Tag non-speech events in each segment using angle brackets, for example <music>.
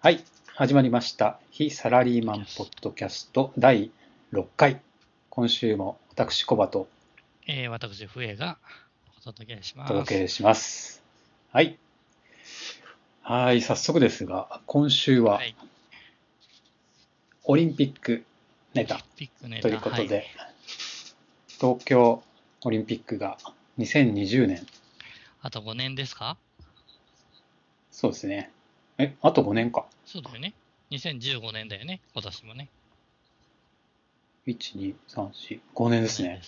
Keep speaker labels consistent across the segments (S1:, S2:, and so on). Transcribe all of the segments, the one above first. S1: はい、始まりました。非サラリーマンポッドキャスト第6回。今週も私、コバと
S2: えー、私、笛がお届けしま
S1: お
S2: す。
S1: 届けします。はい。はい、早速ですが、今週は
S2: はい、
S1: オリンピックネタ
S2: ピックネ
S1: と
S2: タ
S1: いうことで、
S2: はい
S1: 東京オリンピックが2020年、
S2: あと5年ですか
S1: そうですね。え、あと5年か。
S2: そうだよね。2015年だよね、今年もね。
S1: 1、2、3、4、5年です
S2: 五年
S1: ね。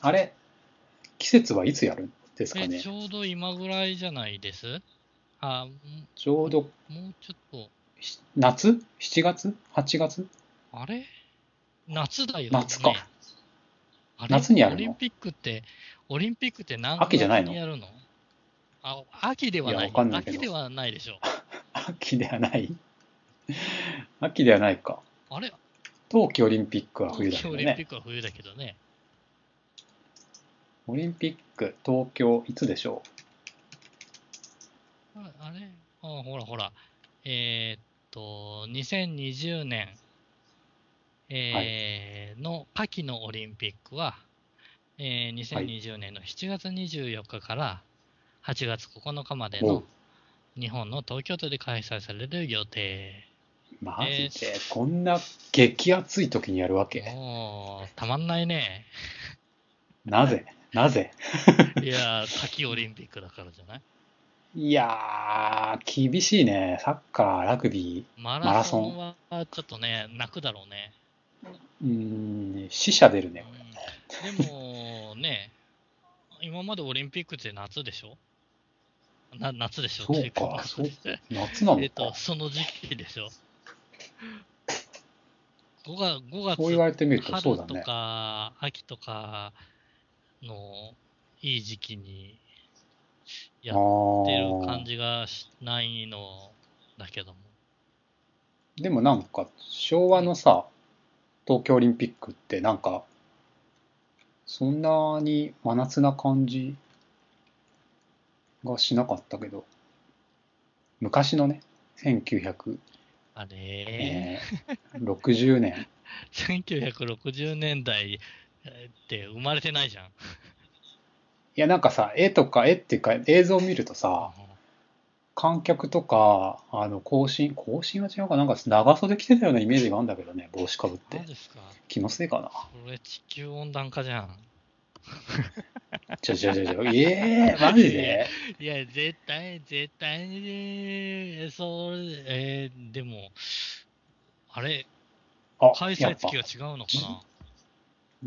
S1: あれ、季節はいつやるんですか
S2: え
S1: ね
S2: ち。ょうど今ぐらいじゃないですあん
S1: ちょうど
S2: もうちょっと、
S1: し夏 ?7 月 ?8 月
S2: あれ夏だよね。
S1: 夏か
S2: あれ
S1: 夏にやるの
S2: オリンピックって、オリンピックって何
S1: 秋じゃないの
S2: 月にやるのあ秋ではない
S1: いやわかんないけど
S2: 秋ではないでしょ
S1: 秋ではない秋ではないか。
S2: あれ
S1: 冬季オリンピックは冬だけ
S2: 東京
S1: ど
S2: オリンピ
S1: ね
S2: ッ。クは冬だけどね。
S1: オリンピック、東京、いつでしょ
S2: ああれあほらほら。えーっと、2020年、えーの夏季のオリンピックは、えー2020年の7月24日から8月9日まで
S1: おう
S2: の日本の東京都で開催される予定。
S1: うマジで、こんな激暑い時にやるわけ
S2: もう、たまんないね。
S1: なぜなぜ
S2: いやー、夏季オリンピックだからじゃない
S1: いやー、厳しいね。サッカー、ラグビ
S2: マ
S1: ラ
S2: ラ
S1: ソ
S2: ソ
S1: ン
S2: ンはちょっとね、泣くだろうね。
S1: ー。うーん、死者出るね。
S2: うんでもね、今までオリンピックって夏でしょな夏でしょ
S1: そうか
S2: ってい
S1: そう夏なの
S2: <laughs> えっ
S1: か
S2: と、。その時期でしょ 5, が5月
S1: そう言われてみるとそうだ
S2: 春と
S1: ね。
S2: か秋とかのいい時期にやってる
S1: あ
S2: 感じがしないのだけども。
S1: ーでもなんか、昭和のさ、東京オリンピックってなんか、そんなに真夏な感じがしなかったけど、昔のね、1960
S2: あれ、
S1: 年、
S2: 1960年代えーって生まれてないじゃん。
S1: いやなんかさ、絵とか、絵っていうか映像を見るとさ、
S2: うん
S1: 観客とか、あの、更新、更新は違うかな、なんか長袖着てたようなイメージがあるんだけどね、帽子かぶっ
S2: そう
S1: て。
S2: ですか。
S1: 気のせいかな。
S2: それ地球温暖化じゃん。
S1: ちょちょちょちょ、ええー、マジで
S2: いや、絶対、絶対に、えーそう、えーでも、あれ、
S1: あ、
S2: 開
S1: や
S2: 催
S1: っぱ
S2: 月が違うのかな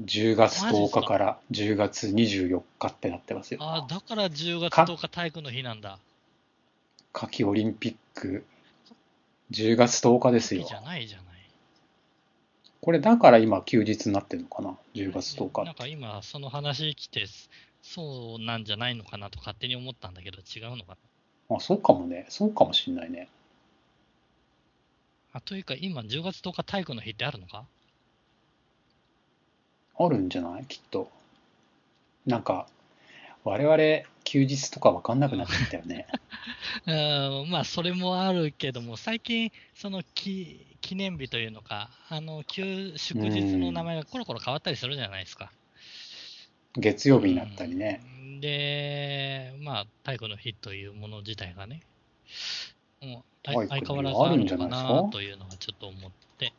S1: 10月
S2: マジっす
S1: 10
S2: か
S1: 日から10月24日ってなってますよ。
S2: あーだから10月
S1: か
S2: 10日体育の日なんだ。
S1: 夏季オリンピック10月10日ですよ
S2: じ。ゃないじゃない。
S1: これだから今休日になってるのかな ?10 月10
S2: なん
S1: 日。
S2: か今、その話来て、そうなんじゃないのかなと勝手に思ったんだけど、違うのかな。
S1: あ、そうかもね。そうかもしんないね。
S2: あというか、今、10月10日体育の日ってあるのか
S1: あるんじゃないきっと。なんか、我々休日とかわかんなくなっちゃったよ
S2: <laughs>
S1: ね。
S2: うんまあ、それもあるけども、最近、その記記念日というのか、あの休祝日の名前がコロコロ変わったりするじゃないですか。
S1: 月曜日になったりね。
S2: うん。で、まあ、体育の日というもの自体がね、もう
S1: 体育の
S2: 相
S1: 日
S2: 変わらずあるのか
S1: あるんじゃないですか
S2: なというのがちょっと思って、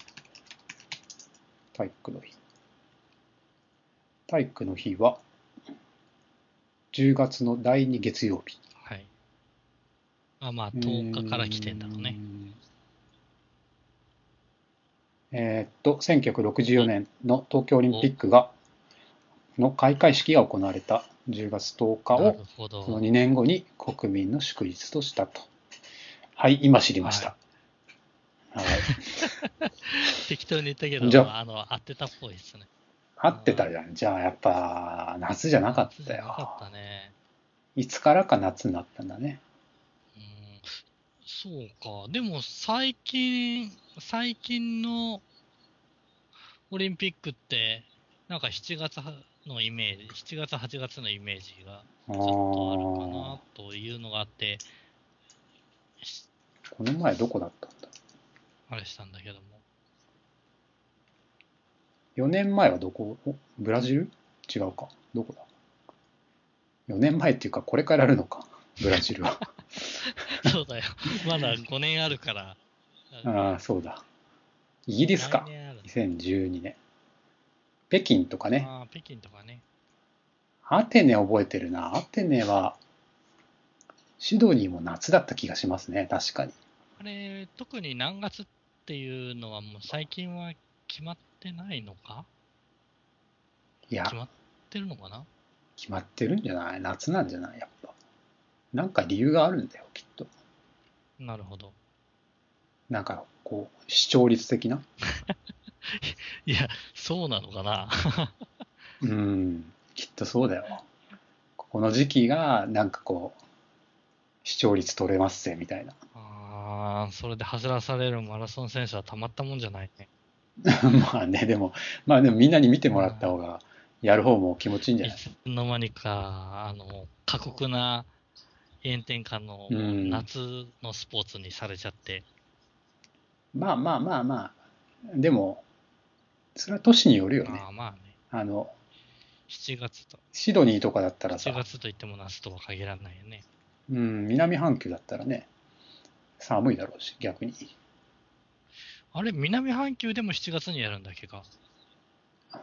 S1: 体育の日。体育の日は10月の第2月曜日。
S2: はい。まあまあ、10日から来てんだろうね。
S1: うーん。えーっと、1964年の東京オリンピックが、の開会式が行われた10月10日
S2: な
S1: を
S2: る、ほど。
S1: その2年後に国民の祝日としたと。はい、今知りました。はい。
S2: 適当に言ったけど、
S1: じゃあ
S2: まああの合ってたっぽいですね。
S1: 合ってたじゃん。じゃあ、やっぱ、夏じゃなかった
S2: なか
S1: よ。
S2: ったね。
S1: いつからか夏になったんだね。
S2: うんそうか、でも最近、最近のオリンピックって、なんか7月のイメージ、7月、8月のイメージが
S1: あ
S2: ちょっとあるか
S1: ー
S2: なというのがあって、
S1: この前どこだったんだ
S2: あれしたんだけども。
S1: 4年前はどこおブラジル違うか。どこだ ?4 年前っていうか、これからやるのか。ブラジルは。
S2: そうだよ。 <laughs> まだ5年あるから。
S1: ああ、そうだ。イギ
S2: い
S1: リスか。2012年。北京とかね。
S2: ああ、北京とかね。
S1: アテネ覚えてるな。アテネは、シドニーも夏だった気がしますね。確かに。
S2: あれ、特に何月っていうのはもう最近は決まってないのか
S1: いや
S2: 決、まってるのかな
S1: 決まってるんじゃない夏なんじゃないやっぱ。なんか理由があるんだよ、きっと。
S2: なるほど。
S1: なんか、こう、視聴率的な。
S2: いや、そうなのかな
S1: うん、きっとそうだよ。この時期が、なんかこう、視聴率取れますぜ、みたいな。 <laughs>
S2: ああ、それで走らされるマラソン選手はたまったもんじゃないね。
S1: まあね、でも、まあでもみんなに見てもらった方が、やる方も気持ちいいんじゃ
S2: い
S1: ない
S2: つの間にか、あの、過酷な炎天下の
S1: うん
S2: 夏のスポーツにされちゃって、
S1: まあまあまあまあ、でも、それは都市によるよね
S2: あ。あまあね、
S1: あの、
S2: 7月と、
S1: シドニーとかだったら
S2: 7
S1: さ、
S2: 月といっても夏とは限らないよね。
S1: うん、南半球だったらね、寒いだろうし、逆に。
S2: あれ、南半球でも7月にやるんだっけか。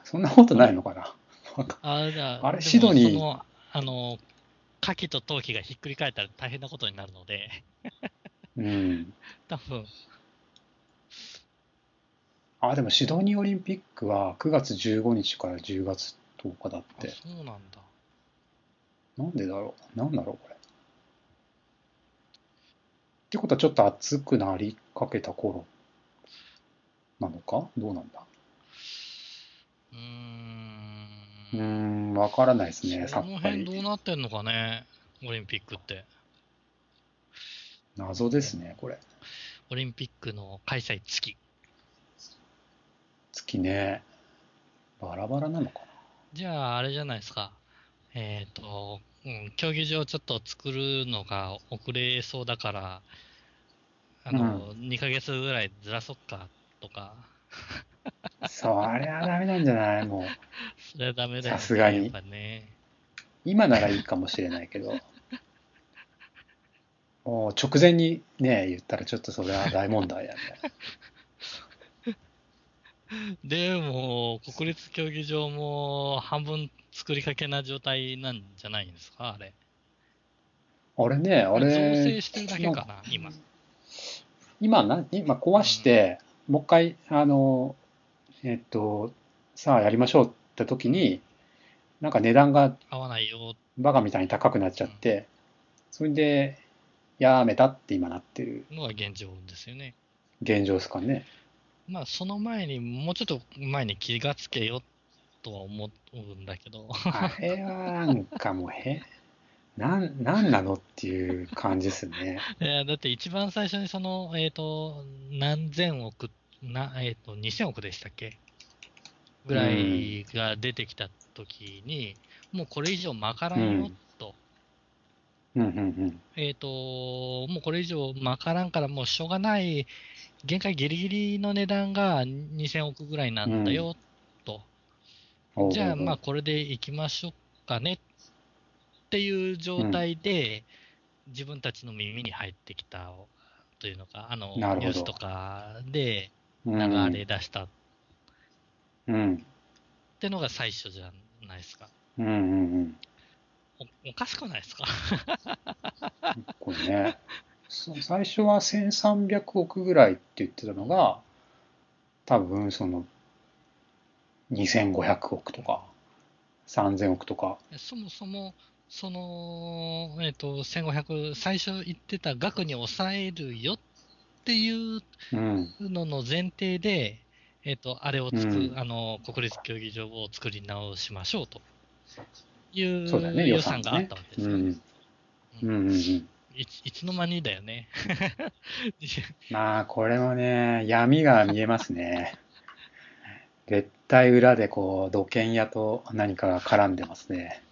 S1: そんなことないのかな。わか
S2: あだ
S1: あれ
S2: でも
S1: シドニー
S2: その、あの、夏季と冬季がひっくり返ったら大変なことになるので、
S1: うん。
S2: 多分、
S1: あ、でもシドニーオリンピックは9月15日から10月10日だっ
S2: あ
S1: て。
S2: そうなんだ。
S1: なんでだろうなんだろうこれ。ってことはちょっと暑くなりかけた頃なのかどうなんだ
S2: うー
S1: うーん、
S2: ん。
S1: わからないですね、さ
S2: そ
S1: っ
S2: の
S1: ぱ
S2: 辺どう
S1: り。
S2: なってんのかね、オリンピックって。
S1: 謎ですね、これ。
S2: オリンピックの開催月。
S1: 月ね。バラバラなのか
S2: じゃあ、あれじゃないですか。えっ、と、うん、競技場ちょっと作るのが遅れそうだから、あの、2ヶ月ぐらいずらそっかとか、 <laughs>
S1: な。そりゃダメなんじゃないもう。
S2: それはダメだよね。
S1: さすがに
S2: やっぱね。
S1: 今ならいいかもしれないけど。もう直前にね、言ったらちょっとそれは大問題だね。
S2: <laughs> でも、国立競技場も半分作りかけな状態なんじゃないんですか、あれ。
S1: あれね、あれ。
S2: 造成してるだけかな、今。
S1: 今な、今壊して、もう一回、あの、えっと、さあやりましょうって時に、なんか値段が
S2: 合わないよ。
S1: バカみたいに高くなっちゃって、それで、やめたって今なってる
S2: のが現状ですよね。
S1: 現状ですか
S2: <laughs>
S1: ね。
S2: まあ、その前に、もうちょっと前に気がつけよとは思うんだけど、 <laughs>
S1: あれはなんかもうへ、なん、なんなのっていう感じですね。
S2: いやだって一番最初にその、えっ、と、何千億、なえっ、と、二千億でしたっけぐらいが出てきた時に、もうこれ以上まからんよと、
S1: うんうんうん。
S2: えっ、と、もうこれ以上まからんからもうしょうがない、限界ギリギリの値段が2000億ぐらいになったよと、
S1: おうおうおう
S2: じゃあ、まあ、、これで行きましょうかねっていう状態で、自分たちの耳に入ってきたというのか、あの、ニ
S1: なるほど
S2: ュースとかで
S1: うん
S2: 流れ出したっ
S1: うん。
S2: てのが最初じゃないですか。
S1: うんうんうん。
S2: おおかしくないですか <laughs>
S1: これね、そう最初は1300億ぐらいって言ってたのが、多分その2500億とか3000億とか、
S2: そもそも、その、えっ、と、1500、最初言ってた額に抑えるよっていう
S1: うん、
S2: のの前提で、えっ、と、あれを作、
S1: うん
S2: あの、国立競技場を作り直しましょうという
S1: そうだよね
S2: 予
S1: 予算
S2: 算
S1: が
S2: があっ
S1: ね
S2: たわけで
S1: う
S2: す
S1: ん、
S2: よ、
S1: うんうんうん。
S2: いついつの間にだよね。 <laughs>
S1: まあこれもね、闇が見えますね。絶対裏でこう、土建屋と何かが絡んでますね。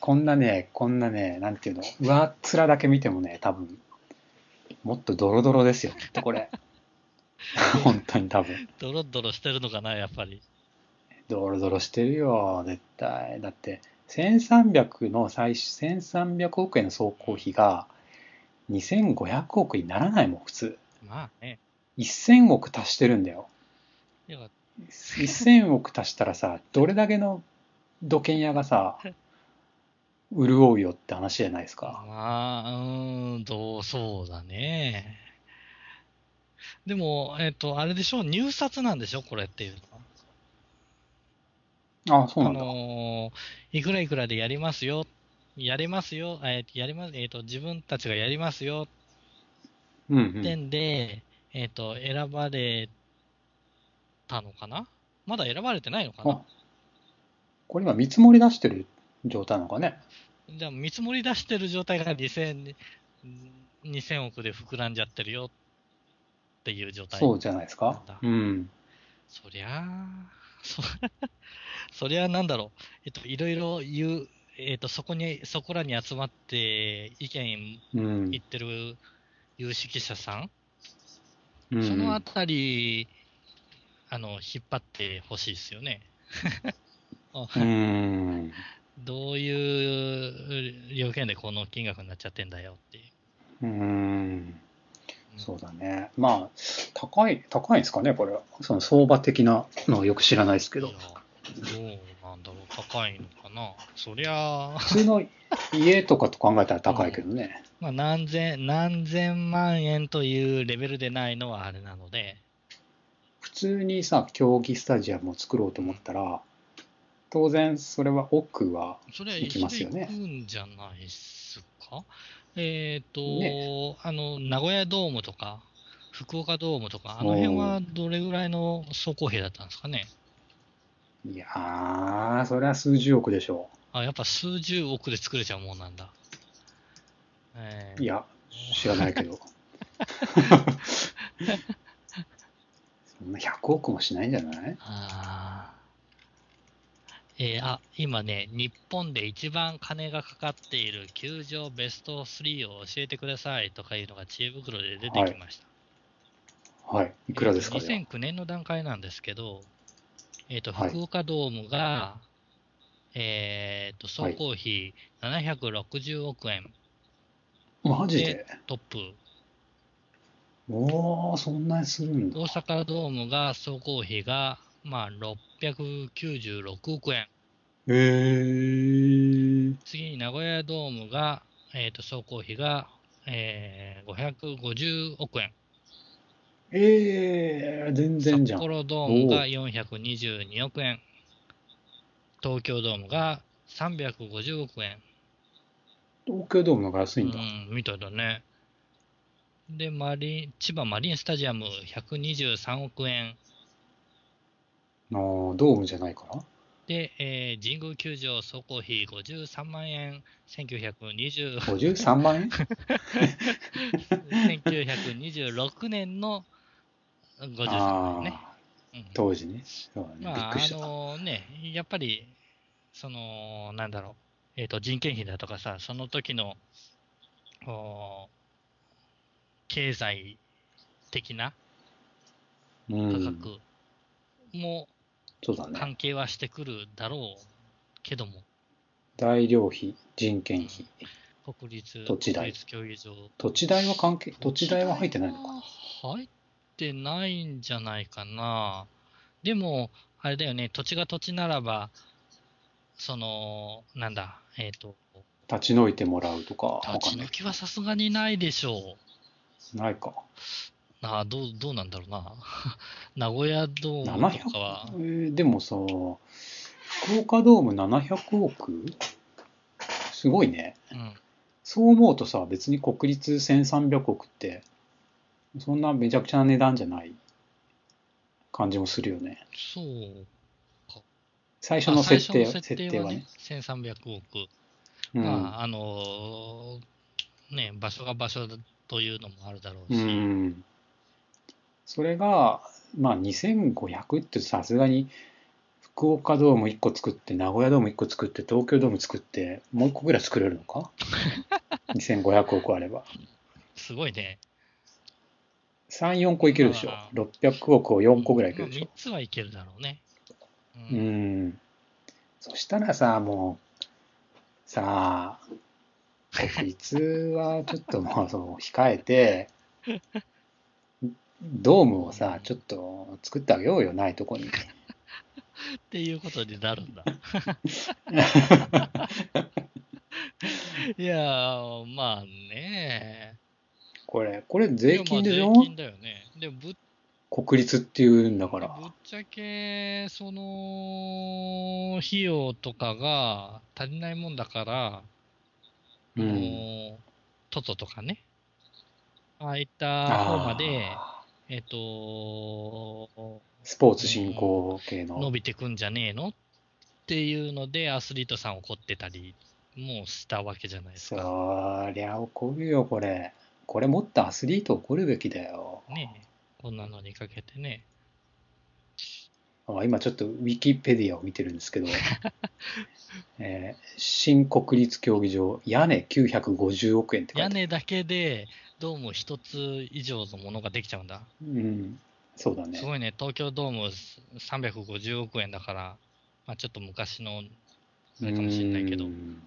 S1: こんなね、こんなね、なんていうの、上っ面だけ見てもね、多分、もっとドロドロですよ、きっとこれ。 <laughs> 本当に多分。
S2: ドロッドロしてるのかな、やっぱり。
S1: ドロドロしてるよ、絶対。だって、1300の最終、1300億円の総工費が、2500億にならないもん、普通。
S2: まあね。
S1: 1000億足してるんだよ。
S2: いや
S1: 1000億足したらさ、どれだけの土建屋がさ、潤うよって話じゃないですか。
S2: まあ、うーん、どう、そうだね。でも、えっ、と、あれでしょ、入札なんでしょ、これっていうのは。
S1: あ、そう
S2: あ
S1: なんだ。
S2: のーいくらいくらでやりますよ、やりますよ、えーやります、えっ、と、自分たちがやりますよ
S1: うん、う
S2: っ
S1: ん。
S2: てんで、えっ、と、選ばれたのかなまだ選ばれてないのか
S1: あ
S2: な
S1: これ今見積もり出してる状態なのかね
S2: じゃあ、見積もり出してる状態が2000、2000億で膨らんじゃってるよっていう状態。
S1: そうじゃないですか
S2: なんだ
S1: うん
S2: そりゃあ、そ <laughs> そりゃあなんだろう。えっと、いろいろ言う、えっと、そこに、そこらに集まって意見
S1: うん
S2: 言ってる有識者さん、
S1: うん
S2: そのあたり、あの、引っ張ってほしいですよ
S1: <laughs>
S2: ね。あ
S1: うん
S2: <laughs> どういう要件でこの金額になっちゃってんだよってい
S1: う
S2: う。
S1: んそう
S2: だ。
S1: だねまあ高い高いんですかねこれはその相場的なのはよく知らないですけど
S2: いやどうなんだろう。高いのかな。そりゃあ、
S1: 普通の家とかと考えたら高いけどね
S2: まあ、何千、何千万円というレベルでないのはあれなので、
S1: 普通にさ競技スタジアムを作ろうと思ったら当然それは奥は
S2: それは
S1: 行きますよね
S2: 行くんじゃないっすかえっ、と、
S1: ね
S2: あの、名古屋ドームとか、福岡ドームとか、あの辺はどれぐらいの総工費だったんですかね
S1: いやーそれは数十億でしょ
S2: あ、やっぱ数十億で作れちゃうもんなんだ。え
S1: うい
S2: や、
S1: や知らないけど <laughs> そんな100億もしないんじゃない
S2: あーえーあ、今ね、日本で一番金がかかっている球場ベスト3を教えてくださいとかいうのが知恵袋で出てきました。
S1: はいいくらですか
S2: えーと
S1: じゃあ
S2: ?2009 年の段階なんですけど、えっ、と、
S1: はい
S2: 福岡ドームが、えっ、と、総工費760億円
S1: マジで
S2: トップ、
S1: おおそんなにするんだ
S2: 大阪ドームが総工費が、まあ、696億円。
S1: へえ
S2: 次に名古屋ドームが、えっ、と、総工費が、えー、550億円。
S1: えー、全然じゃ
S2: 札
S1: ん
S2: 幌ドームが422億円。東京ドームが350億円。
S1: 東京ドームの方が安いんだ、
S2: うん、みたいだね。で、マリン、千葉マリンスタジアム123億円。
S1: あードームじゃないから
S2: で、えー神宮球場総工費53万円、1920 <laughs>
S1: 53万円
S2: 1926年の53万円ね。
S1: あ
S2: うん
S1: ー当時ねそうだね、びっ
S2: まあ、
S1: くり
S2: あ
S1: した、
S2: のね、やっぱり、その、なんだろう、えっ、と、人件費だとかさ、その時の、おー経済的な
S1: う
S2: 価
S1: ん、
S2: 格も
S1: そうだね
S2: 関係はしてくるだろうけども、
S1: 材料費人件費
S2: 国立、
S1: 土地代
S2: 国立競技場。
S1: 土地代は関係土地代は入ってないのか
S2: 入ってないんじゃないかな。でも、あれだよね、土地が土地ならば、その、なんだ、えっ、と、
S1: 立ち退いてもらうとかわか
S2: 立ち
S1: んない
S2: 退きはさすがにないでしょ
S1: ないか
S2: う。なあ、どう、どうなんだろうな。 <laughs> 名古屋ドームとかは、
S1: 700えーでもさ福岡ドーム700億すごいね
S2: うん、
S1: そう思うとさ別に国立1300億ってそんなめちゃくちゃな値段じゃない感じもするよね
S2: そう。
S1: 最初
S2: あ
S1: の
S2: 最
S1: 設定
S2: 初の
S1: 設定はね
S2: 1300億。
S1: うん、
S2: まあ、あのーね、場所が場所というのもあるだろう
S1: う
S2: し、
S1: んそれがまあ2500ってさすがに福岡ドーム1個作って名古屋ドーム1個作って東京ドーム作ってもう1個ぐらい作れるのか2500億あれば
S2: すごいね。
S1: 3、4個いけるでしょ
S2: まあ。
S1: 600億を4個ぐらいいけるでし
S2: まあ
S1: ょ
S2: 3。つはいけるだろうね。う
S1: う。ん。そしたらさ、もう、さあ、国立はちょっともう、その、控えて、ドームをさ、ちょっと作ってあげようよ、ないとこに。
S2: っていうことになるんだ。
S1: <laughs>
S2: いやー、まあね。
S1: これ、これ税金でしょ
S2: いやまあ税金だよね。でもぶっ
S1: 国立っていうんだから。
S2: ぶっちゃけ、その、費用とかが足りないもんだから、
S1: う
S2: あ
S1: ん。
S2: のトトとかね、ああいった方まで、
S1: あー
S2: えっと、
S1: スポーツ振興系
S2: 伸
S1: の。
S2: びてくんじゃねえのっていうので、アスリートさん怒ってたりもしたわけじゃないです
S1: そ
S2: か。
S1: りゃ怒るよ、これ。これもっとアスリート怒るべきだよ。
S2: ねこんなのにかけてね。
S1: あ今ちょっとウィキペディアを見てるんですけ
S2: <laughs>
S1: ど、えー新国立競技場、屋根950億円って書い
S2: 屋
S1: てある。
S2: 根だけで、どうも一つ以上のものができちゃうんだ。
S1: うん、そうだね
S2: す。ごいね、東京ドーム350億円だから、まあ、ちょっと昔の、あれかもしれないけど
S1: う、ん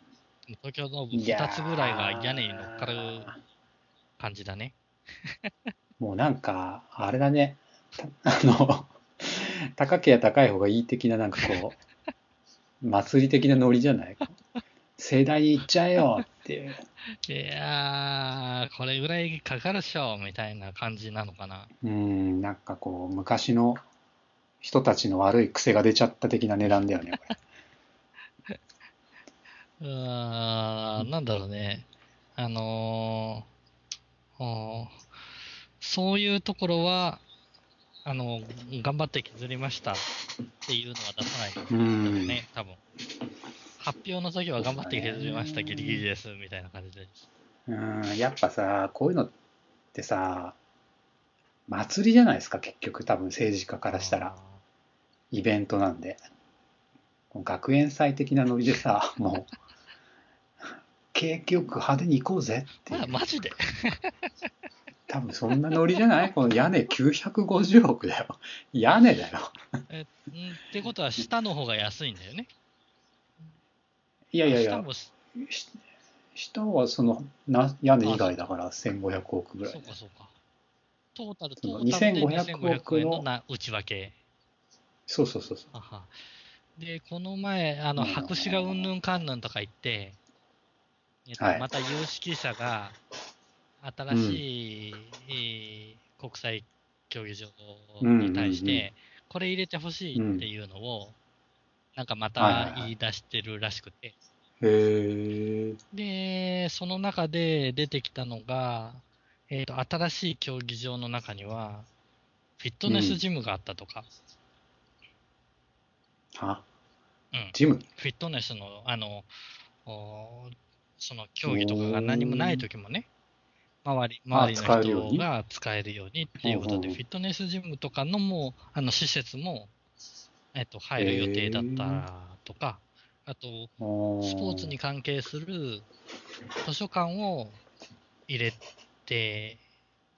S2: 東京ドーム
S1: いやー
S2: 2つぐらいが屋根に乗っかる感じだね。
S1: もうなんか、あれだね、た <laughs> あの、高けりゃ高い方がいい的な、なんかこ
S2: <laughs>
S1: う、祭り的なノリじゃない <laughs> 盛大に行っちゃえよっていう。
S2: いやー、これぐらいかかるっしょ、みたいな感じなのかな。
S1: うん、なんかこう、昔の人たちの悪い癖が出ちゃった的な値段だよね、これ。
S2: うーん、なんだろうね。あのーおーそういうところは、あの、頑張って削りましたって <laughs> いうのは出さないと
S1: うん。
S2: ね、多分。発表の時は頑張って削りました、ギリギリです、みたいな感じで。
S1: うん、やっぱさ、こういうのってさ、祭りじゃないですか、結局、多分政治家からしたら、イベントなんで。学園祭的なノリで
S2: <laughs>
S1: さ、もう、景気よく派手に行こうぜって
S2: あー。
S1: い
S2: ま
S1: う
S2: あ、、マジで。
S1: 多分そんなノリじゃないこの屋根950億だよ。屋根だよ。
S2: うんってことは、下の方が安いんだよね。
S1: いやいやい
S2: 下
S1: や、
S2: もし
S1: し下はそのな屋根以外だから1500億ぐらい
S2: そう。かそうか。トータル、
S1: そ
S2: ト
S1: の
S2: ータルで
S1: 2500億
S2: 円
S1: の
S2: のな内訳。
S1: そうそうそうそう。
S2: ははで、この前、あの、
S1: うん
S2: 白紙がうんぬんかんぬんとか言って、えっと
S1: はい
S2: また有識者が、新しい、えー国際競技場に対して、
S1: うんうんうん
S2: これ入れてほしいっていうのを、なんか
S1: は
S2: ま
S1: いはい
S2: た
S1: はい
S2: 言い出してるらしくて、
S1: へえ。
S2: で、その中で出てきたのが、えっ、と、新しい競技場の中には、フィットネスジムがあったとか、
S1: あ、
S2: うん
S1: ジム
S2: フィットネスの、あの、おーその競技とかが何もない時もね、周り、
S1: あ
S2: 周り
S1: 使えるよう
S2: の
S1: に
S2: 人が使えるようにっていうこ
S1: うん
S2: と
S1: うん
S2: で、
S1: うん
S2: フィットネスジムとかのもう、あの、施設も、えっと、入る予定だったとか、あと、ス
S1: ス
S2: ポーツに関係する図書館を入れて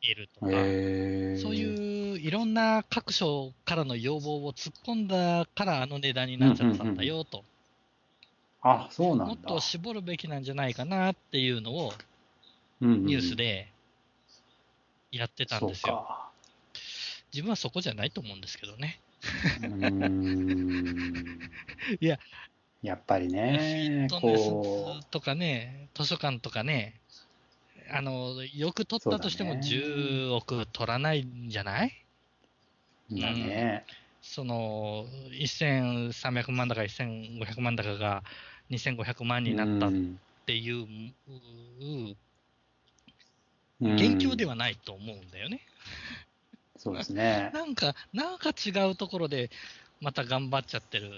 S2: いるとか、
S1: へ
S2: そう
S1: う
S2: いういろんな各所からの要望を突っ込んだからあの値段になっちゃったんだよと、
S1: あそうな
S2: もっ
S1: んだ
S2: と絞るべきなんじゃないかなっていうのを
S1: ニ
S2: ニュースでやってたんですよ。自分はそこじゃないと思うんですけどね。
S1: そうかうーん
S2: <laughs> いや
S1: やっぱりね
S2: フィット
S1: こ
S2: ネスとかね、図書館とかね、あの、よく取っ
S1: そう
S2: た
S1: だ
S2: としても
S1: ね
S2: 10億取らないんじゃないう
S1: だね
S2: その1300万だか1500万だかが2500万になったっ
S1: うん
S2: ていう、
S1: うん
S2: 現況ではないと思うんだよね。
S1: そうですね
S2: なんか、なんか違うところで、また頑張っちゃってる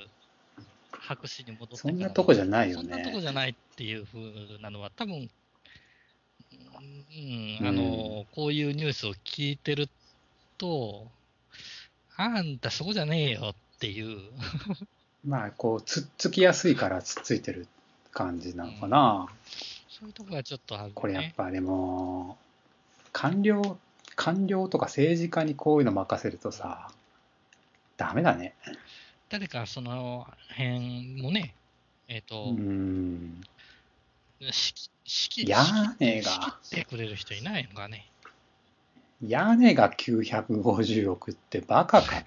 S2: 白紙に戻って
S1: そんなとこじゃない
S2: ない
S1: よ
S2: そんなとこ
S1: ね
S2: じゃないっていうふうなのは、多分うん、あの、こういうニュースを聞いてると、あんたそこじゃねえよっていう。 <laughs>
S1: まあこうつっつきやすいからつっついてる感じなのかな
S2: そういうとこがちょっとある、ね、
S1: これやっぱでも官僚官僚とか政治家にこういうの任せるとさ、ダメだね。
S2: 誰かその辺もね、えっ、
S1: う
S2: と、
S1: ん。
S2: し指揮、
S1: 屋根
S2: 仕
S1: が、
S2: 切ってくれる人いないのかね。
S1: 屋根が950億ってバカか。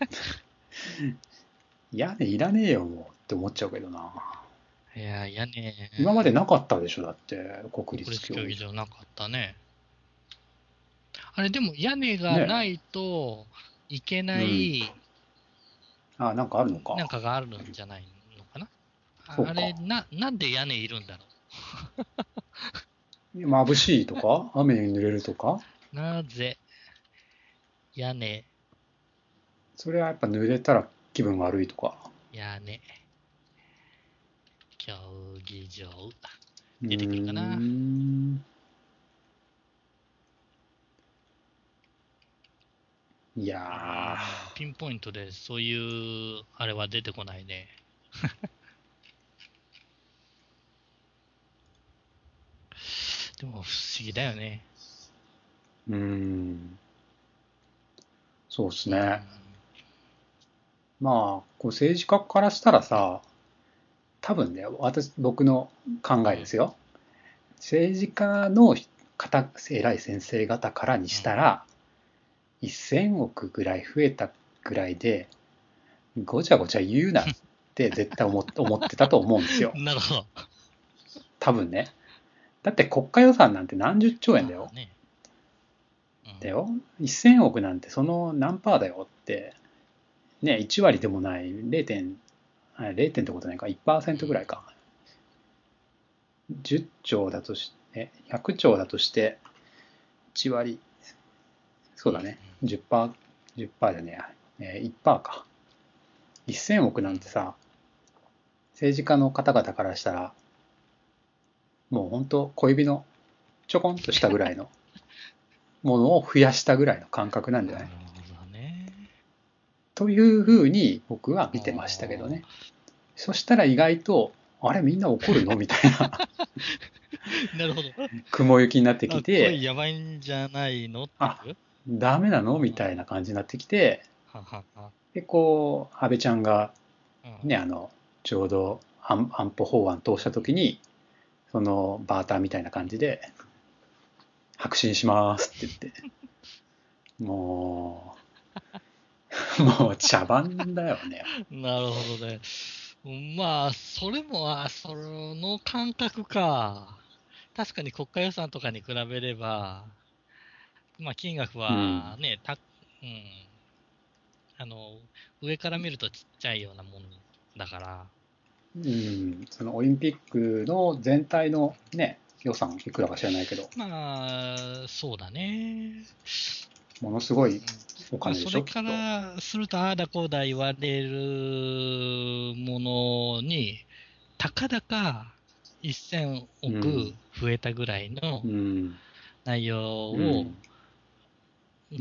S1: 屋根いらねえよ、もうって思っちゃうけどな。
S2: いや、屋根、
S1: 今までなかったでしょ、だって、国
S2: 国
S1: 立
S2: 立
S1: 競
S2: 競技
S1: 技場。
S2: 場なかったね。あれ、でも屋根がないといけない、
S1: あ、なんかあるのか。
S2: なんかがあるんじゃないのかな。
S1: そうか
S2: あれな、なんで屋根いるんだろ
S1: 眩しいとか、雨に濡れるとか、
S2: う。なぜ、屋根、
S1: それはやっぱ濡れたら気分悪いとか。
S2: 屋根、競技場。
S1: 出
S2: 出てくるかな
S1: いや
S2: ピンポイントでそういう、あれは出てこないね。 <laughs> でも不思議だよね。
S1: ー、うーん。そうですね。まあ、こう政治家からしたらさ、多分ね、私、僕の考えですよ。政治家の方、偉い先生方からにしたら、1000億ぐらい増えたぐらいで、ごちゃごちゃ言うなって絶対思っ思ってたと思うんですよ
S2: う。んなるほど。
S1: 多分ね。だって国家予算なんて何十兆円だよ
S2: まあ。ねうん
S1: だよ。1000億なんてその何パーだよって、ね、1割でもない、0点、あ0点ってことないか、1%ぐらいか。10兆だとし、え、100兆だとして、1割、そうだね、10%、10%じゃねえや、えー、1%か。1000億なんてさ、政治家の方々からしたら、もう本当小指のちょこんとしたぐらい
S2: <laughs>
S1: のものを増やしたぐらいの感覚なんじゃない
S2: なるほどね。 <laughs>
S1: というふうに僕は見てましたけどね。そしたら意外と、あれみんな怒るのみたい
S2: <laughs>
S1: な
S2: なるほど。
S1: 雲行きになって
S2: あ
S1: き
S2: これ
S1: て、
S2: やばいんじゃないのって
S1: あ
S2: いう
S1: ダメなのみたいな感じになってきて、
S2: ははは。
S1: で、こう、安倍ちゃんが
S2: うん
S1: ね、あの、ちょうど安安保法案通した時に、そのバーターみたいな感じで、白紙にしますって言って、もう、もう茶番だよね。
S2: なるほどね。まあ、それも、あその感覚か。確かに国家予算とかに比べれば、まあ、金額はね、たうん、あの、上から見るとちっちゃいようなもんだから、
S1: うん、そのオリンピックの全体のね、予算いくらか知らないけど、
S2: まあ、そうだね。
S1: ものすご
S2: うん
S1: いお
S2: まあ
S1: 金で
S2: そ
S1: しょ、
S2: れ
S1: きっと
S2: か。らすると、ああだこうだ言われるものに、たかだか1000
S1: うん
S2: 億増えたぐらいの
S1: うん。
S2: 内容
S1: う
S2: を、
S1: んん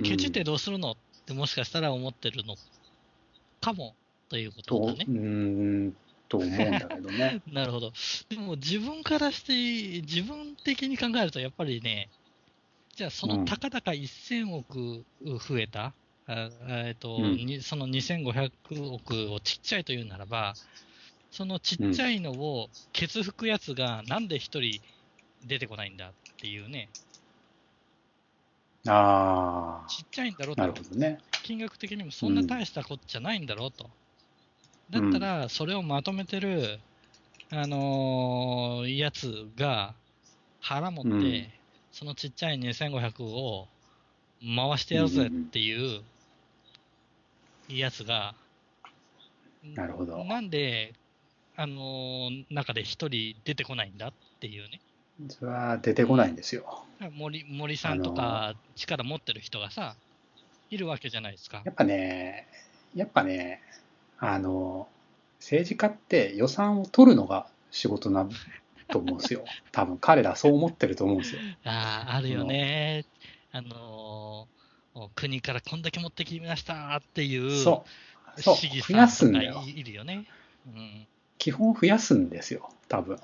S2: ケチってどうするのってもしかしたら思ってるのかもということ
S1: と、
S2: だ
S1: う
S2: ね。
S1: ん、と思うんだけど
S2: <laughs>
S1: ね。
S2: なるほど。でも自分からして、自分的に考えると、やっぱりね、じゃあそ
S1: うん
S2: のたかだか1000億増えた、あえっと
S1: うん
S2: にその2500億をちっちゃいというならば、そのちっちゃいのをケツ吹くやつがなんで一人出てこないんだっていうね、
S1: あ
S2: ちっちゃいんだろう
S1: あ、な
S2: と
S1: るほどね。
S2: 金額的にもそんな大したことじゃないんだろうと。だったら、それをまとめてる、あのーやつが腹持って、
S1: うん
S2: そのちっちゃい2500を回してやるぜっていうやつが、
S1: なるほど。
S2: なんで、あのー中で一人出てこないんだっていうね。
S1: それは出てこないんですよ。
S2: 森森さんとか力持ってる人がさ、いるわけじゃないですか。
S1: やっぱね、やっぱね、あの、政治家って予算を取るのが仕事なと思うんですよ。
S2: <laughs>
S1: 多分彼らそう思ってると思うんですよ。
S2: ああ、あるよね。あのー国からこんだけ持ってきましたっていう、
S1: そう。そう。
S2: 市議
S1: 増や
S2: さ
S1: す
S2: ん
S1: ん
S2: が
S1: だ
S2: い
S1: よ。
S2: いるよね。うん。
S1: 基本増やすんですよ。多分。
S2: うん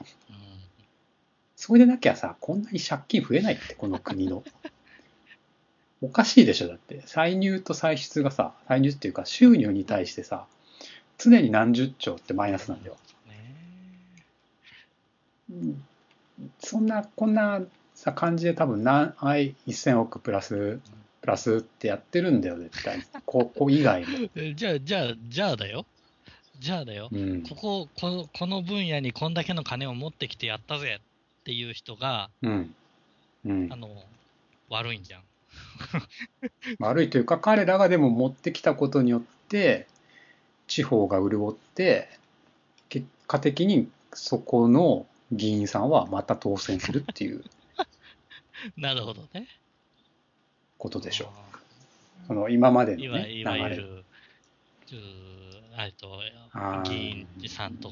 S1: それでなきゃさ、こんなに借金増えないって、この国の。おかしいでしょ、だって。歳入と歳出がさ、歳入っていうか収入に対してさ、常に何十兆ってマイナスなんだよ。
S2: ね
S1: うんそんな、こんなさ、感じで多分何、はい、1000億プラス、プラスってやってるんだよ、絶対。 <laughs> ここ以外も。
S2: えじゃあ、じゃあ、じゃあだよ。じゃあだよ。
S1: うん。
S2: ここ、このこの分野にこんだけの金を持ってきてやったぜっていう人が、
S1: うん。うん
S2: あ。の、悪いんじゃん。
S1: 悪いというか彼らがでも持ってきたことによって地方が潤って結果的にそこの議員さんはまた当選するっていう
S2: なるほどね。。
S1: ことでしょうその今までの、
S2: いわ
S1: ね、
S2: い
S1: 流
S2: わゆ
S1: れ。
S2: る、うーえっと
S1: あー
S2: 議員さんと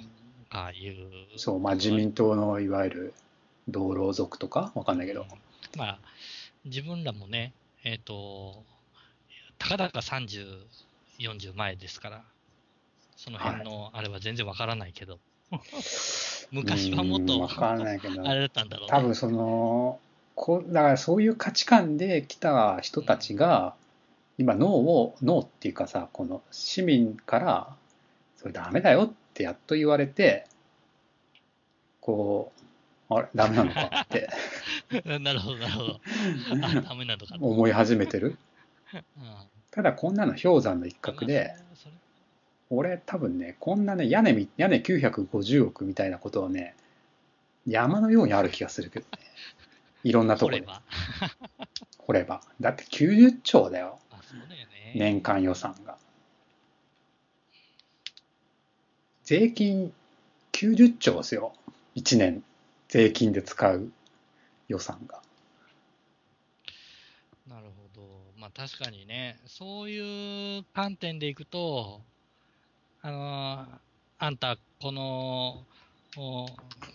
S2: かいう、
S1: そう、まあ自民党のいわゆる道路族とかわかんないけど。
S2: まあ、自分らもね、えっ、と、たかだか30、40前ですから、その辺のあれは全然わからないけど、
S1: <laughs>
S2: 昔はもっ
S1: うん
S2: と
S1: わかんないけど。
S2: あれだったんだろうね。
S1: 多分そのこだからそういう価値観で来た人たちが今脳を脳っていうかさこの市民からそれダメだよってやっと言われてこうあれダメなのかって
S2: <laughs> <laughs> なるほど、なるほど。あ、ダメなの
S1: <laughs>
S2: かな。
S1: 思い始めてる
S2: うん
S1: ただこんなの氷山の一角で、
S2: それ
S1: 俺多分ねこんなね屋根み屋根950億みたいなことはね山のようにある気がするけどねいろんなと
S2: そ
S1: こ
S2: れ
S1: で
S2: ば。
S1: 掘ればだって90兆だよ
S2: あ、そうだよね。
S1: 年間予算が。税金90兆ですよ。1年。税金で使う予算が。
S2: なるほど。まあ確かにね、そういう観点でいくと、あのーあんた、この、お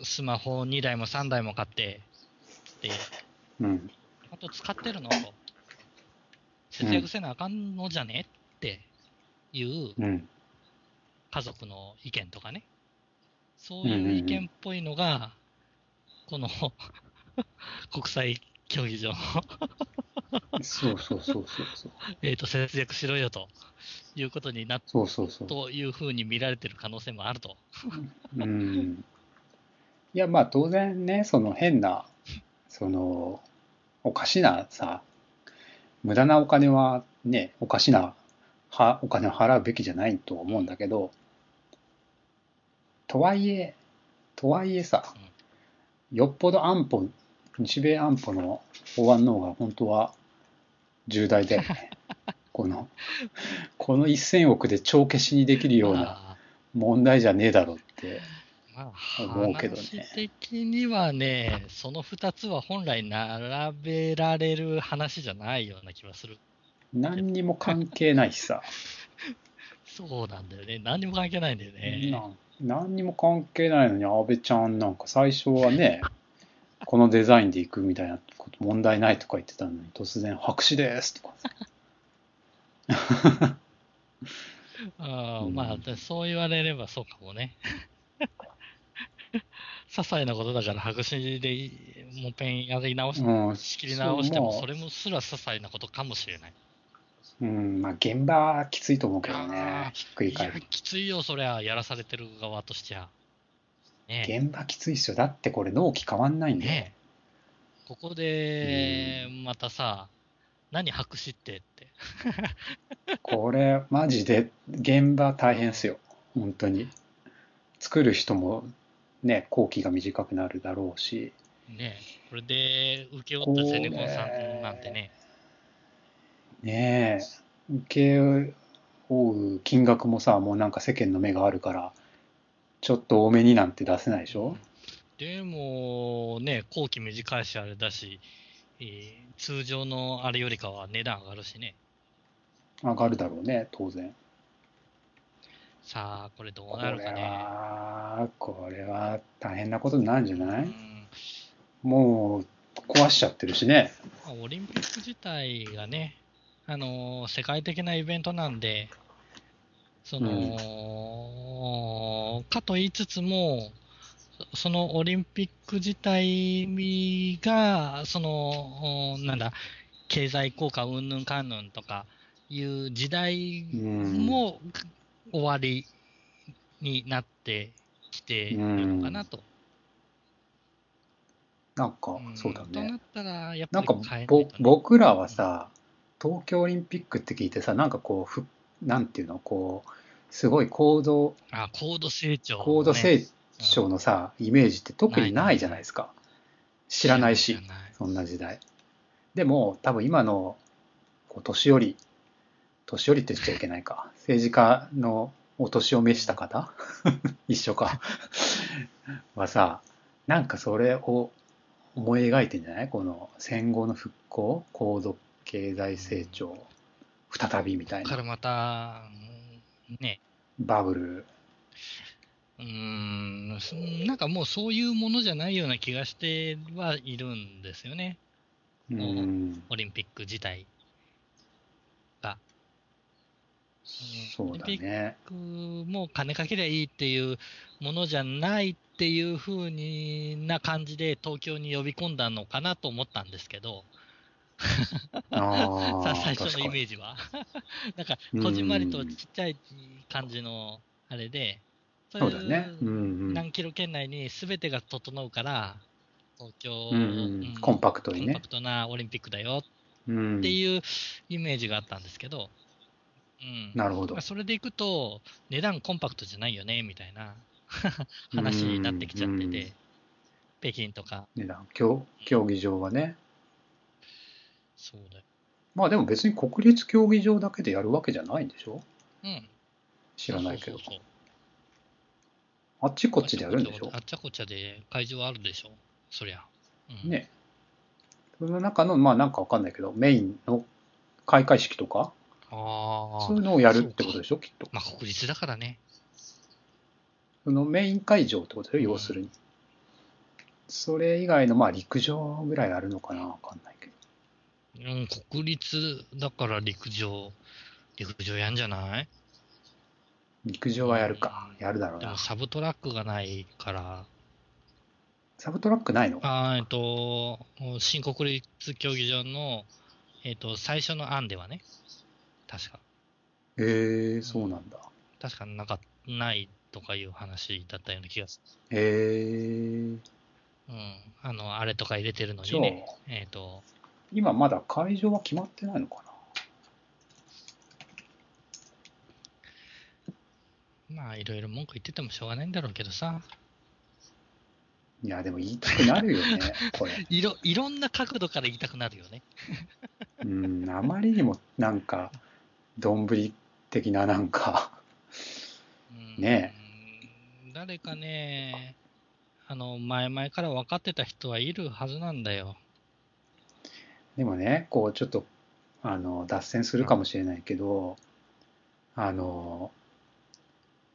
S2: スマホ2台も3台も買って、で、
S1: うん。
S2: あと使ってるのと、節約せなあかんのじゃねっていう
S1: うん。
S2: 家族の意見とかね。そういう意見っぽいのが、この <laughs> 国際競技場の
S1: そうそうそうそうそう。
S2: えー、と節約しろよということになっ
S1: そうそうそう。
S2: というふうに見られてる可能性もあると。
S1: うんいやまあ当然ねその変なそのおかしなさ無駄なお金はねおかしなはお金を払うべきじゃないと思うんだけどとはいえとはいえさよっぽど安保日米安保の法案の方が本当は重大で <laughs> このこの1,000億で帳消しにできるような
S2: まあ
S1: 問題じゃねえだろうって。
S2: まあ、
S1: 思うけどね
S2: 話的にはね、その2つは本来並べられる話じゃないような気はする。
S1: 何にも関係ないしさ、
S2: そうなんだよね。何にも関係ないんだよね。
S1: なん何にも関係ないのに阿部ちゃんなんか最初はねこのデザインで行くみたいなこと問題ないとか言ってたのに突然「白紙です」とかさ
S2: あー
S1: うん
S2: まあ、でそう言われればそうかもね。 <laughs> 些細なことだから白紙でいいもうペンやり直し、
S1: うん
S2: 仕切り直しても、
S1: そう
S2: それもすら些細なことかもしれない。
S1: うんまあ現場はきついと思うけどねひっくり
S2: いや
S1: 返る、
S2: きついよ、そりゃ、やらされてる側としては。ねえ。
S1: 現場きついっすよだってこれ納期変わんないんで、
S2: ねえここで、またさ、何白紙ってって。
S1: これマジで現場大変っすよ本当に作る人もね工期が短くなるだろうし
S2: ねえこれで、請け負ったゼネコンさんなんてね、
S1: ねえ、請け負う金額もさ、もうなんか世間の目があるから、ちょっと多めになんて出せないでしょ
S2: でも、ねえ工期短いし、あれだし、えー通常のあれよりかは値段上がるしね。
S1: 上がるだろうね、当然。
S2: さあ、これどう
S1: こ
S2: な
S1: れ
S2: るかね。
S1: は、これは大変なことになるんじゃな
S2: う
S1: い
S2: ん
S1: もう壊しちゃってるしね。
S2: まあオリンピック自体がね、あのー世界的なイベントなんで、その、かと言いつつも、そそのオリンピック自体が、その、おなんだ、経済効果うんぬんかんぬんとかいう時代
S1: うん。
S2: も終わりになってきているのかなと。
S1: なんか
S2: ん、
S1: そうだ
S2: とな
S1: ね
S2: っ。たら、やっ
S1: な
S2: ぱ
S1: ん
S2: り
S1: か
S2: 変えないと
S1: ぼ
S2: ね、
S1: 僕らはさ、東京オリンピックって聞いてさ、なんかこう、ふなんていうの、こう、すごい高度、
S2: あ、高度成長、ね。
S1: 高度成長のさ、イメージって特にないじゃないですか。知らないし
S2: 知ら。ない
S1: そんな時代。でも、多分今の、こう、年寄り、年寄りって言っちゃいけないか。政治家のお年を召した方 <laughs> 一緒か。はさ、なんかそれを思い描いてんじゃないこの戦後の復興、高度経済成長、再びみたい
S2: から
S1: な。
S2: また、うんね、
S1: バブル。
S2: うーん、そなんかもうそういうものじゃないような気がしてはいるんですよね、
S1: うん。
S2: オリンピック自体。
S1: そうだね。
S2: 僕もう金かけりゃいいっていうものじゃないっていうふうにな感じで東京に呼び込んだのかなと思ったんですけど、
S1: あ
S2: <laughs> さ
S1: あ、
S2: 最初
S1: 確
S2: のイ
S1: か
S2: メ
S1: に。
S2: ージは。 <laughs> なんか、こじんまりとちっちゃい感じのあれで、そ
S1: そうだね。うんうん。
S2: 何キロ圏内に全てが整うから、東京、
S1: うん
S2: う
S1: うん
S2: ん
S1: コンパクトに
S2: コン
S1: ね
S2: パク。トなオリンピックだよ
S1: うん
S2: っていうイメージがあったんですけど、うん、
S1: なるほど
S2: まあ。それでいくと、値段コンパクトじゃないよねみたいな話になってきちゃって
S1: うんう
S2: て
S1: ん、
S2: 北京とか、
S1: 値段競競技場はね
S2: そうだよ。
S1: まあでも別に国立競技場だけでやるわけじゃないんでしょ
S2: うん、
S1: 知らないけど
S2: そうそうそう
S1: あっちこっちでやるんでしょ
S2: あっちゃこっちゃで会場あるでしょ、そりゃ。うん、
S1: ねその中のまあなんかわかんないけどメインの開会式とか
S2: ああ
S1: そうい、うのをやるってことでしょきっと
S2: まあ、国立だからね。
S1: そのメイン会場ってことでしょ要するにそれ以外のまあ陸上ぐらいあるのかなわかんないけど
S2: うん、国立だから陸上、陸上やんじゃない
S1: 陸上はやるかやるだろう
S2: で
S1: な
S2: もサブトラックがないから、
S1: サブトラックないの
S2: あーえっと、新国立競技場の、えっと、最初の案ではね、確か、
S1: へえそうなんだ
S2: 確かなんかないとかいう話だったような気がす
S1: へえ
S2: る。うん、あの、あれとか入れてるの
S1: じゃ
S2: に
S1: あ
S2: ね、えっと、
S1: 今まだ会場は決まってないのかな
S2: まあ、いろいろ文句言っててもしょうがないんだろうけどさ、
S1: いや、でも言いたくなるよ <laughs> ね、これ。
S2: いろ、いろんな角度から言いたくなるよね。
S1: うん、あまりにもなんか、どんぶり的ななんか、
S2: うん
S1: ね
S2: 誰かね、あの、前々から分かってた人はいるはずなんだよ。
S1: でもね、こう、ちょっと、あの、脱線するかもしれないけど、あの、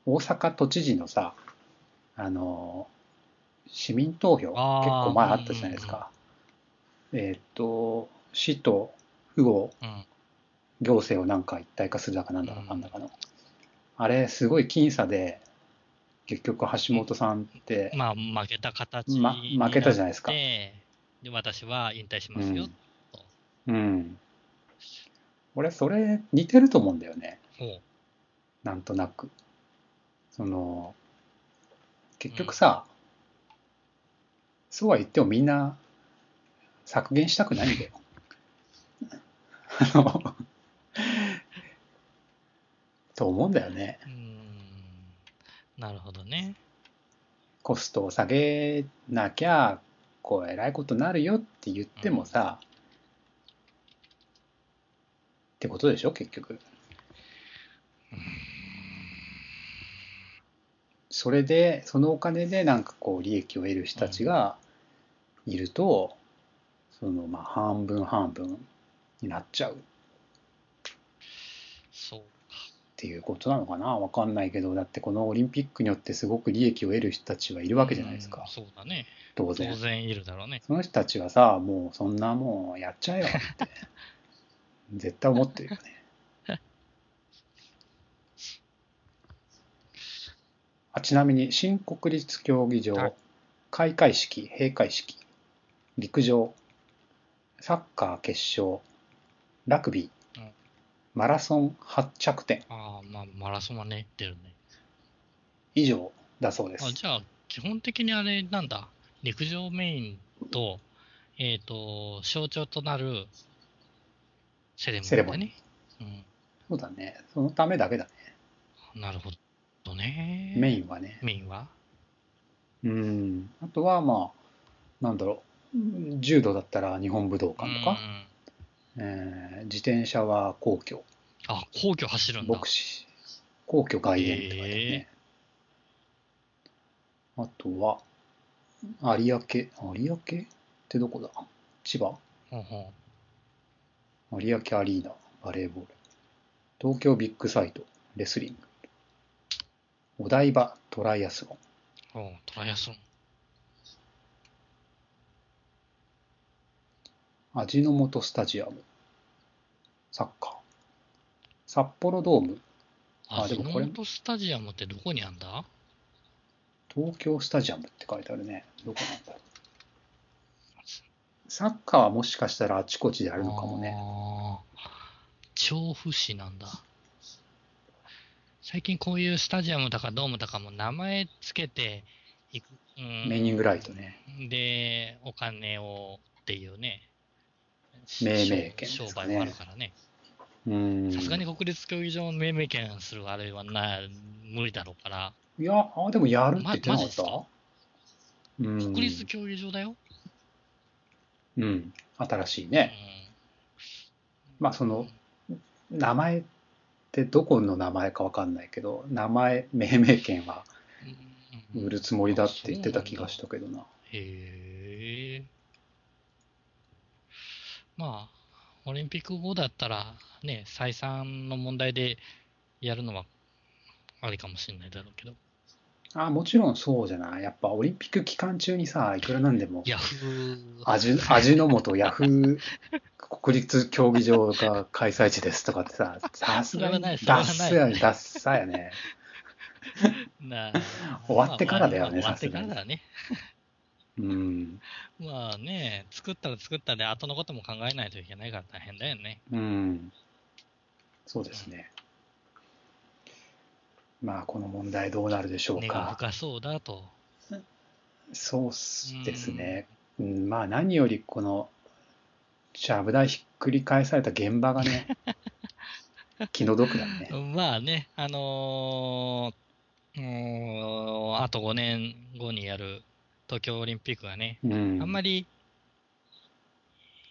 S1: 大阪都知事のさ、あの、市民投票、結
S2: あー
S1: 構前あったじゃないですか。えーっと、市と府を
S2: うん。
S1: 行政をなんか一体化するだかなんだかかんだかの、あれすごい僅差で結局橋本さんって、
S2: まあ、負けた形
S1: ま負けたじゃないですか
S2: になってで、私は引退しますよ。
S1: うん、俺それ似てると思うんだよね
S2: ほう
S1: なんとなくその結局さ、そうは言ってもみんな削減したくないんだよ <laughs> あのと思うんだよね
S2: うーん。なるほどね。
S1: コストを下げなきゃこうえらいことなるよって言ってもさ、ってことでしょ結局それでそのお金でなんかこう利益を得る人たちがいると、そのまあ半分半分になっちゃうっ
S2: そう。
S1: ていうことなのかなわかんないけどだってこのオリンピックによってすごく利益を得る人たちはいるわけじゃないです
S2: う
S1: か
S2: ん、そうだね。
S1: 当
S2: 当
S1: 然。
S2: 然いるだろうね。
S1: その人たちはさ、もうそんなもんやっちゃえよって、絶対思ってるよね。
S2: <laughs>
S1: あちなみに、新国立競技
S2: はい
S1: 場、開会式、閉会式、陸上、サッカー決勝、ラグビー
S2: うん、
S1: マラソン発着点
S2: ああ、まあ、マラソンはね、出るね。
S1: 以上だそうです
S2: あ。じゃあ、基本的にあれ、なんだ、陸上メインと、えっ、と、象徴となるセレモニーだね。
S1: そうだね。そのためだけだね。
S2: うん、なるほどね。
S1: メ
S2: ン。
S1: インはね。
S2: メインは
S1: うん。あとは、まあ、なんだろう。柔道だったら日本武道館と
S2: う
S1: か、
S2: ん
S1: えー自転車は皇居、
S2: あ、皇居走るんだ。
S1: 牧師、皇居外苑って書いてあるね。あとは、有明、有明ってどこだ千葉
S2: ほうほ
S1: 有明アリーナ、バレーボール。東京ビッグサイト、レスリング。お台場、トライアスロン。
S2: うほうトライアスロン。
S1: 味の素スタジアム。サッカー。札幌ドーム、
S2: あ、
S1: あ
S2: で
S1: で
S2: も
S1: も
S2: こ
S1: これ
S2: スタジアムってどこにあんだ
S1: 東京スタジアムって書いてあるね。どこなんだろう。サッカーはもしかしたらあちこちであ
S2: あ
S1: るのかもね。
S2: ー。調布市なんだ。最近こういうスタジアムだかドームだかも名前つけていく。うん
S1: メニングライトね。
S2: で、お金をっていうね。
S1: 命名権
S2: 商
S1: ですか
S2: 売
S1: ね
S2: もあるからね。
S1: うーん。
S2: さすがに国立競技場の命名権するあれはな、無理だろうから。
S1: いや、あ、でもやるって言ってな
S2: まマジ
S1: か
S2: っ
S1: っ
S2: す
S1: た、
S2: か
S1: うん。
S2: 国立競技場だよ。
S1: うん。新しいね。
S2: うん
S1: まあその名前ってどこの名前かわかんないけど、名前、命名権は
S2: うん
S1: 売るつもりだって言ってた気がしたけどな。
S2: へえ。まあ、オリンピック後だったら、ね、採算の問題でやるのはありかもしれないだろうけど。
S1: あ、もちろんそうじゃない。やっぱオリンピック期間中にさ、いくらなんでも
S2: ヤフー。
S1: 味味の素ヤフー国立競技場が開催地ですとかってさ、さすが
S2: それはない
S1: に
S2: それは
S1: ダッ
S2: ない
S1: サやね、ダッサやね。
S2: な
S1: 終わってからだよね
S2: まあまあ終わって
S1: さす
S2: か
S1: が
S2: ら
S1: に
S2: だね。
S1: うん。
S2: まあね、作ったら作ったで、後のことも考えないといけないから大変だよね。
S1: うん。そうですね。まあ、この問題どうなるでしょう
S2: 根が
S1: か。
S2: 深そうだと。
S1: そうっすですね。うん、まあ、何よりこの、ちゃぶ台ひっくり返された現場が
S2: <laughs>
S1: ね、気の毒だね。
S2: まあね、あのーうーんあと5年後にやる東京オリンピックがね、
S1: うん。
S2: あんま
S1: り。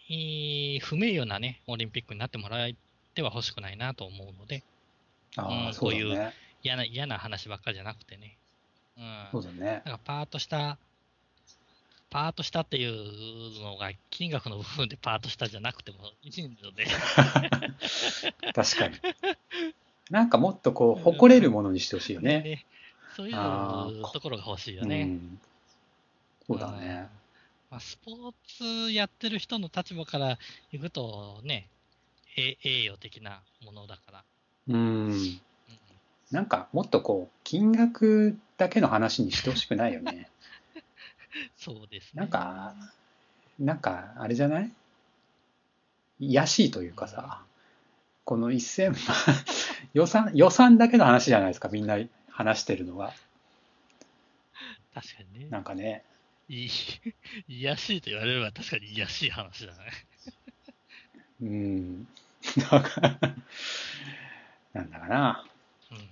S2: り、いい不名誉なね、オリンピックになってもらえては欲しくないなと思うので、
S1: あ
S2: うん
S1: あ、そうだ
S2: こうい
S1: ね。
S2: 嫌な、嫌な話ばっかりじゃなくてね。うん。
S1: そうだ
S2: <laughs>
S1: ね。
S2: なんかパートした、パートしたっていうのが金額の部分でパートしたじゃなくてもいいので、
S1: 確かに。なんかもっとこう、誇れるものにしてほしいよね。
S2: ね <laughs> そうい
S1: あ
S2: う
S1: ー
S2: ところが欲しいよ
S1: う
S2: ね。
S1: ん。そうだね。
S2: まあ、スポーツやってる人の立場から行くとね、え栄誉的なものだから。
S1: うん。
S2: うん
S1: なんかもっとこう金額だけの話にしてほしくないよね。
S2: <laughs> そうですね。
S1: なんかなんかあれじゃない卑しいというかさ、この1000万 <laughs> 予算予算だけの話じゃないですかみんな話してるのは。
S2: 確かにね。
S1: なんかね
S2: い <laughs> い、癒やしいと言われれば確かに癒やしい話だね。
S1: うんなんかなんだかな
S2: うん。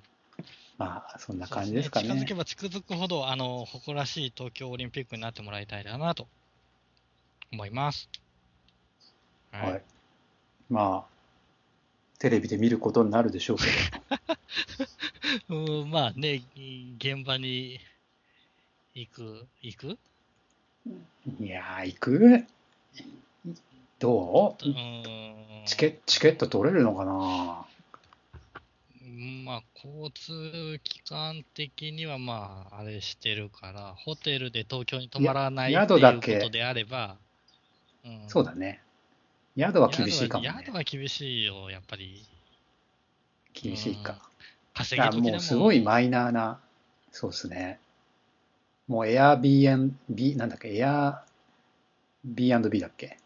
S1: まあそんな
S2: そう
S1: 感じですか
S2: 近づ
S1: ね
S2: け。ば近づくほど、あの、誇らしい東京オリンピックになってもらいたいだなと思います。
S1: はい、まあテレビで見ることになるでしょうけど。
S2: うん、まあね、い現場に行く、行く
S1: いやー、行くど
S2: う
S1: うんチケチケット取れるのかな
S2: まあ、交通機関的には、まあ、あれしてるから、ホテルで東京に泊まらない
S1: や
S2: ってい
S1: 宿だけ
S2: うことであれば、ん
S1: そうだね。宿は厳しいかも
S2: 宿は
S1: ね
S2: 宿。は厳しいよ、やっぱり。
S1: 厳しいか。い
S2: 稼ぎ
S1: や、
S2: 時で
S1: も
S2: も
S1: うすごいマイナーな、そうですね。もう Airbnb、なんだっけ、Airbnb
S2: <laughs>
S1: だっけ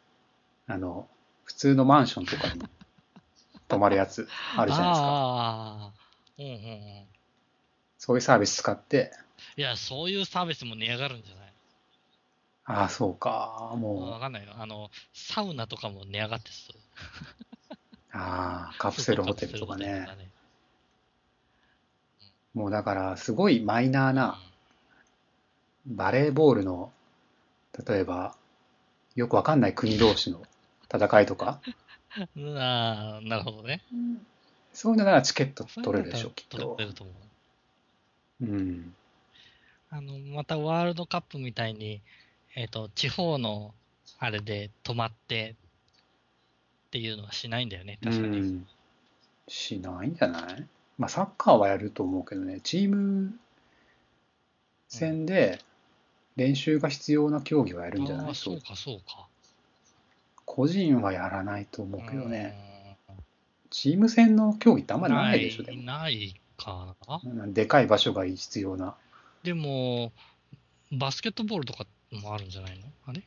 S1: あの、普通のマンションとかにまるやつあるじゃないですか。
S2: ああ、うんうんうん。
S1: そういうサービス使って、
S2: いや、そういうサービスも値上がるんじゃない
S1: ああ、そうか、
S2: わ
S1: もう、
S2: かんないよ。あの、サウナとかも値上がってそう。
S1: ああ、カプセルホテルとか
S2: カプセルホ
S1: ね
S2: テル。ね
S1: もうだから、すごいマイナー
S2: うん
S1: な、バレーボールの、例えば、よくわかんない国同士の戦いとか、
S2: ああ、なるほどね。
S1: そういうのならチケット
S2: そういう
S1: 取
S2: の
S1: れるでしょ、
S2: だ
S1: きっ
S2: ったら
S1: と
S2: 取。れると思う。
S1: うん。
S2: あの、またワールドカップみたいに、えっ、と、地方のあれで泊まってっていうのはしないんだよね、
S1: う
S2: 確かに。
S1: ん。しないんじゃないまあ、サッカーはやると思うけどね、チーム戦で練習が必要な競技はやるんじゃな
S2: あ
S1: い
S2: あ、
S1: そ
S2: そうう。か、そうか。
S1: 個人はやらないと思うけどね。
S2: うん。
S1: チーム戦の競技ってあんまりないでしょ、でも。
S2: ないかな。
S1: でかい場所が必要な。
S2: でも、バスケットボールとかもあるんじゃないのあれ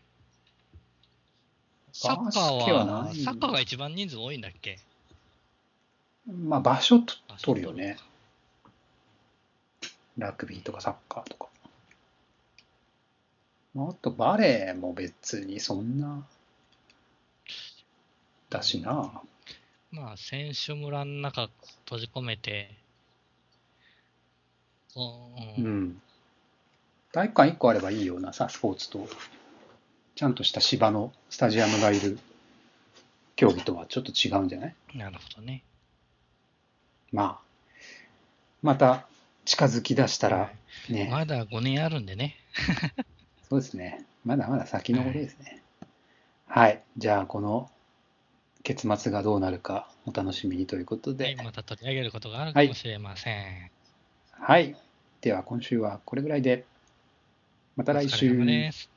S2: サッカー
S1: バスケは
S2: は
S1: ない
S2: サッカーが一番人数多いんだっけ
S1: まあ、場所と
S2: あ
S1: 取るよ
S2: そう
S1: ね
S2: か。
S1: ラグビーとかサッカーとか。まあ、あとバレーも別にそんな、だしな。
S2: まあ、選手村の中閉じ込めて、う、
S1: うんん。体育館1個あればいいようなさ、スポーツと、ちゃんとした芝のスタジアムがいる競技とはちょっと違うんじゃない
S2: なるほどね。
S1: まあ、また近づき出したら
S2: はい
S1: ね、
S2: まだ5年あるんでね。
S1: そうですね。まだまだ先のことですね。はい。じゃあ、この結末がどうなるかお楽しみにということ
S2: はい
S1: で。
S2: また取り上げることがあるかもしれません。
S1: はい。では、今週はこれぐらいで。また
S2: お
S1: 来
S2: 疲れ様
S1: 週。
S2: です。